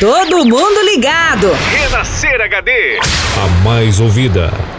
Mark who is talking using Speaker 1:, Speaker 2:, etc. Speaker 1: Todo mundo ligado.
Speaker 2: Renascer HD.
Speaker 3: A mais ouvida.